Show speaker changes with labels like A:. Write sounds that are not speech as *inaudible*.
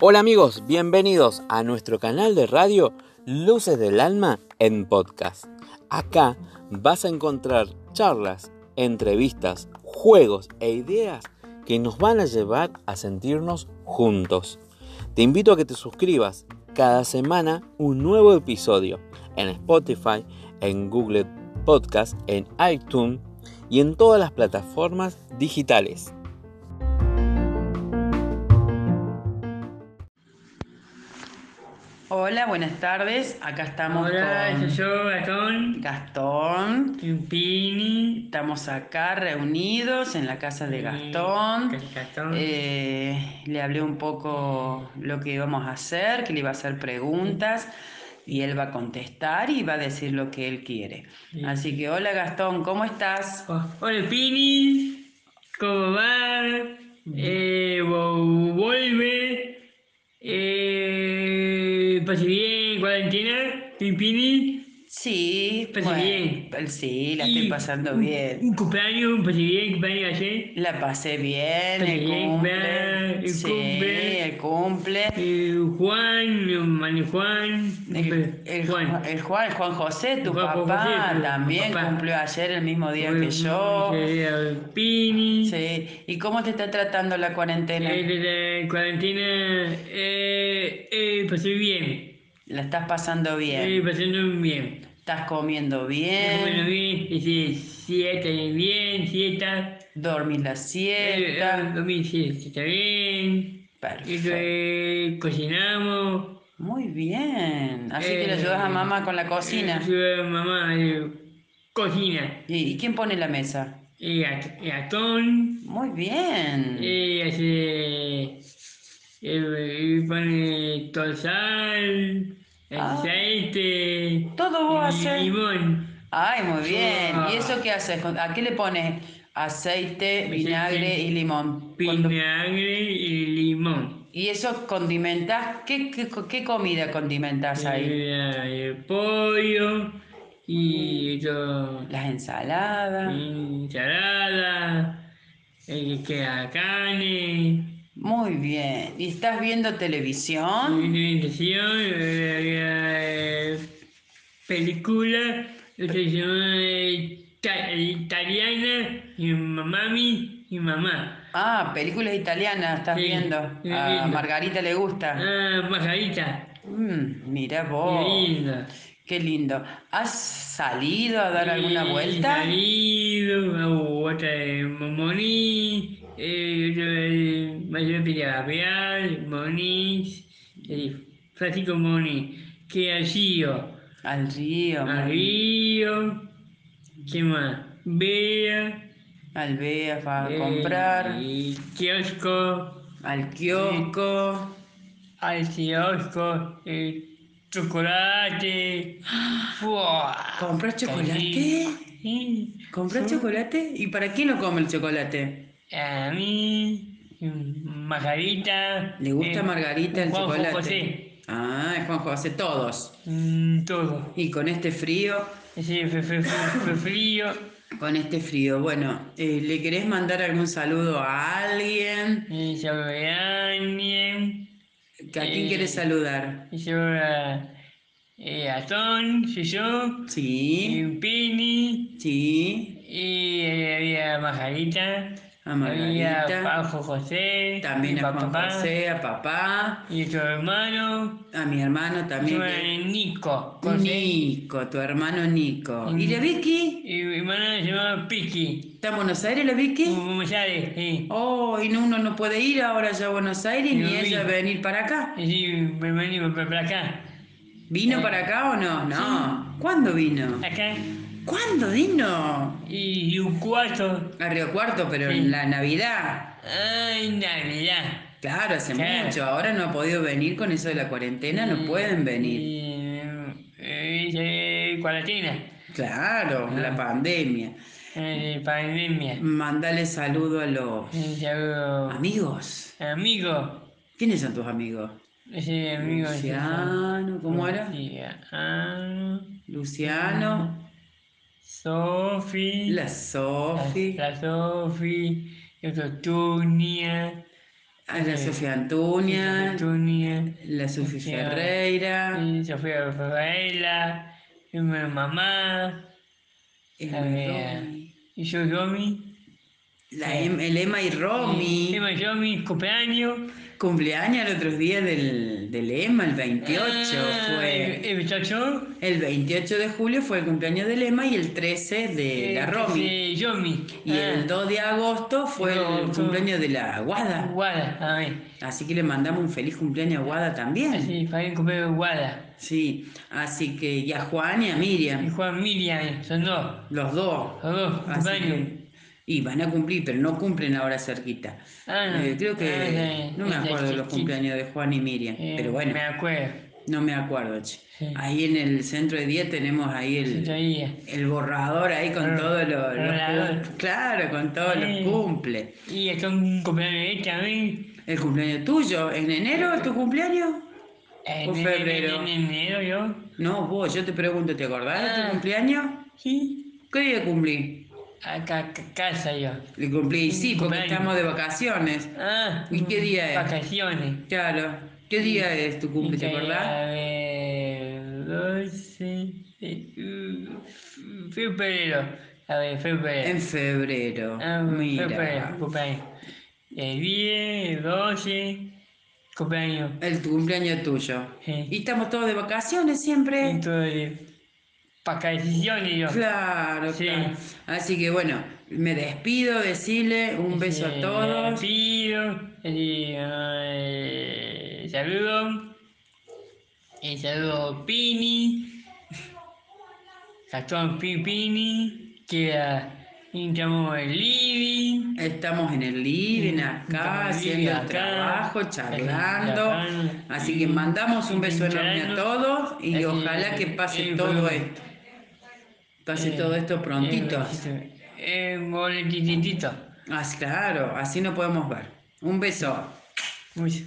A: Hola amigos, bienvenidos a nuestro canal de radio Luces del Alma en podcast. Acá vas a encontrar charlas, entrevistas, juegos e ideas que nos van a llevar a sentirnos juntos. Te invito a que te suscribas cada semana un nuevo episodio en Spotify, en Google Podcast, en iTunes y en todas las plataformas digitales.
B: Hola, buenas tardes. Acá estamos
C: Hola,
B: con
C: soy yo, Gastón.
B: Gastón.
C: Chimpini.
B: Estamos acá reunidos en la casa
C: Eh,
B: de Gastón.
C: Gastón.
B: Eh, le hablé un poco lo que íbamos a hacer, que le iba a hacer preguntas y él va a contestar y va a decir lo que él quiere.
C: Bien.
B: Así que hola Gastón, ¿cómo estás?
C: Oh, Hola, Pini. ¿Cómo va? Eh, vo- vuelve. Eh, pase bien, cuarentena. Chimpini.
B: Sí,
C: Pasé bien.
B: el- sí, la
C: Y
B: estoy pasando
C: un-
B: bien.
C: Un cumpleaños, pase bien, cumpleaños ayer.
B: La pasé bien,
C: Pasé
B: el
C: bien,
B: cumple.
C: bien, el
B: sí,
C: cumple.
B: el cumple.
C: Eh, Juan, Manu Juan.
B: El, el Juan. el Juan, Juan José, tu
C: Juan
B: papá,
C: José, tu
B: también
C: papá.
B: cumplió ayer el mismo día que yo.
C: Eh, Pini.
B: Sí. ¿Y cómo te está tratando la cuarentena?
C: Eh, de la cuarentena eh, eh, pasé bien,
B: ¿La estás pasando
C: eh,
B: bien?
C: pasando bien,
B: ¿Estás comiendo
C: bueno
B: bien?
C: bien, hice siesta bien, siesta,
B: ¿Dormís la
C: eh, eh,
B: siesta?
C: comí siesta bien, eso,
B: Perfecto.
C: eh, cocinamos,
B: Muy bien. Así que le
C: Eh,
B: ayudas a mamá con la cocina.
C: eh, ayuda a mamá, eh, cocina,
B: ¿Y, y quién pone la mesa?
C: eh, at- eh, atún,
B: Muy bien.
C: eh, hace, eh, eh, pone tosal,
B: Ah.
C: aceite,
B: Todo vos
C: y
B: haces.
C: limón.
B: Ay, muy bien.
C: Ah.
B: ¿Y eso qué haces? ¿A qué le pones aceite,
C: Aceite.
B: vinagre y limón? Cuando-
C: Vinagre y limón.
B: ¿Y eso condimentás? ¿Qué, qué, qué comida condimentás ahí?
C: Eh, El pollo y esto,
B: Las ensaladas.
C: ensalada, el que la carne,
B: Muy bien. ¿Y estás viendo televisión?
C: alimentación, eh, película, lo que se llama eh, ta- italiana, y mami y mamá.
B: Ah, películas italianas estás
C: Sí,
B: viendo.
C: sí,
B: A
C: lindo.
B: Margarita le gusta.
C: Ah, pajarita,
B: Mm, mira
C: qué
B: vos.
C: linda.
B: Qué lindo. ¿Has salido a dar alguna
C: Eh,
B: vuelta?
C: Salido, una vuelta de Moní, eh, yo, eh, Mayor Villarreal, Moniz, eh, Francisco Moni, que ha sido
B: Al río.
C: a Río, ¿qué más? Vea,
B: Al Bea, a
C: eh,
B: comprar.
C: y kiosco, eh,
B: Al kiosco.
C: al kiosco, eh,
B: *gasps*
C: chocolate. ¡Fua!
B: ¿Compras
C: Qué
B: chocolate?
C: rico. Sí.
B: ¿Compras
C: Sí.
B: chocolate? ¿Y para quién no come el chocolate?
C: Eh, A mí, margarita.
B: ¿Le gusta
C: eh,
B: Margarita el
C: Juan
B: chocolate?
C: José,
B: Ah, Juan José, todos.
C: mm, todo.
B: Y con este frío,
C: Ese fue, fue- fue-
B: *laughs*
C: fue frío.
B: con este frío, bueno, eh, ¿le querés mandar algún saludo a alguien?
C: Y sobre alguien.
B: ¿A quién
C: Eh.
B: querés saludar?
C: Y sobre eh, a Tom, soy yo. Y
B: Sí,
C: un Pini.
B: sí,
C: Y había Margarita.
B: a
C: Había
B: Margarita,
C: Juan José.
B: también
C: mi
B: a Juan
C: papá,
B: José, a papá,
C: Y tu hermano.
B: a mi hermano
C: Y
B: también. que-
C: Nico. José.
B: Nico, tu hermano Nico.
C: Mm.
B: ¿Y la Vicky?
C: Y mi hermana se llama Piki.
B: ¿Está en Buenos Aires la Vicky?
C: Como este, sale, sí.
B: Oh, y no, uno no puede ir ahora ya a Buenos Aires
C: No
B: ni ella
C: vino.
B: venir para acá.
C: Y sí, me venimos para para acá.
B: ¿Vino
C: Eh,
B: para acá o no? No. ¿Cuándo vino?
C: Acá.
B: ¿Cuándo vino?
C: Y, y un cuarto.
B: A Río Cuarto, pero
C: Sí.
B: en la Navidad.
C: Ay, Navidad.
B: Claro, hace
C: Sí.
B: mucho. Ahora no ha podido venir con eso de la cuarentena, no pueden venir.
C: Y, eh, cuarentena.
B: Claro, la pandemia.
C: Eh, pandemia.
B: Mandale saludo a los
C: Un saludo.
B: amigos.
C: Amigo.
B: ¿Quiénes son tus amigos?
C: Ese amigo. se llama
B: Luciano, ¿cómo era?
C: Luciano.
B: Luciano,
C: Sofi.
B: La Sofi.
C: La Sofi. La Sotunia.
B: A la
C: eh,
B: Sofía Antuña.
C: Sotunia.
B: La Sofi
C: Sofía.
B: Ferreira.
C: y Sofía Rafaela. Y mi mamá.
B: Emma
C: a
B: y
C: ver.
B: Romy.
C: Y yo, Yomi.
B: La Em- el Emma y Romy.
C: Emma Yomi, cumpleaños.
B: Cumpleaños el otro día del, del Emma, el 28
C: Ah,
B: fue.
C: El muchacho.
B: El 28 de julio fue el cumpleaños del Emma y el 13 de Eh, la Romy.
C: De Eh, Yomi.
B: Y el 2 de agosto fue el
C: No, tú-
B: cumpleaños de la Guada.
C: Guada, Ah, a ver.
B: Así que le mandamos un feliz cumpleaños a Guada también.
C: Así, Fabián cumpleaños de Guada.
B: Sí, así que y a Juan y a
C: Y
B: Miriam,
C: Juan Miriam, son dos.
B: los dos.
C: Los dos,
B: Así
C: cumpleaños.
B: que- y van a cumplir, pero no cumplen ahora cerquita.
C: Ah, no.
B: Eh, creo
C: Ah,
B: que
C: sí.
B: no me
C: Sí,
B: acuerdo
C: sí,
B: los
C: sí.
B: cumpleaños de Juan y Miriam,
C: Eh,
B: pero bueno.
C: Me acuerdo.
B: No me acuerdo, che.
C: Sí.
B: Ahí en el centro de día tenemos ahí el,
C: Yo ahí.
B: el borrador ahí con
C: Claro,
B: todos los, los
C: claro.
B: cum- claro, con todos
C: Sí.
B: los cumple.
C: Y acá un cumpleaños de ¿eh? también.
B: El cumpleaños tuyo, ¿en enero es tu cumpleaños?
C: En
B: Un febrero.
C: En enero yo.
B: No, vos, yo te pregunto, ¿te acordás de tu
C: Ah.
B: cumpleaños?
C: Sí.
B: ¿Qué día cumplí?
C: Acá ca- casa yo.
B: Le cumplí, sí,
C: Mi
B: porque
C: cumpleaños.
B: estamos de vacaciones.
C: Ah.
B: ¿Y qué día es?
C: Vacaciones.
B: Claro. ¿Qué día es tu cumple, te
C: Y que
B: acordás?
C: A ver. 12. de- uh, Febrero. A ver, febrero.
B: En febrero.
C: Ah,
B: Mira.
C: febrero, cumpleaños. El 10, 12, cumpleaños.
B: El cumpleaños tuyo.
C: Sí.
B: Y estamos todos de vacaciones siempre.
C: Entonces, para decisiones yo.
B: Claro,
C: Sí.
B: claro. Así que bueno, me despido, decirle un beso a
C: Eh,
B: todos.
C: Pido, eh, saludo, eh, saludo Pini, *laughs* Gastón Pi- Pini, queda estamos en Libby.
B: Estamos en el living acá,
C: Estamos en el
B: haciendo el
C: living acá,
B: trabajo, charlando.
C: charlando.
B: Así que mandamos un beso enorme a
C: Charlando.
B: todos y
C: Así,
B: ojalá que pase
C: eh,
B: todo
C: bueno.
B: esto. Pase
C: Eh,
B: todo esto prontito. Ah,
C: Eh, eh, boletitito.
B: Así, claro, así no podemos ver. Un beso.
C: Mucho.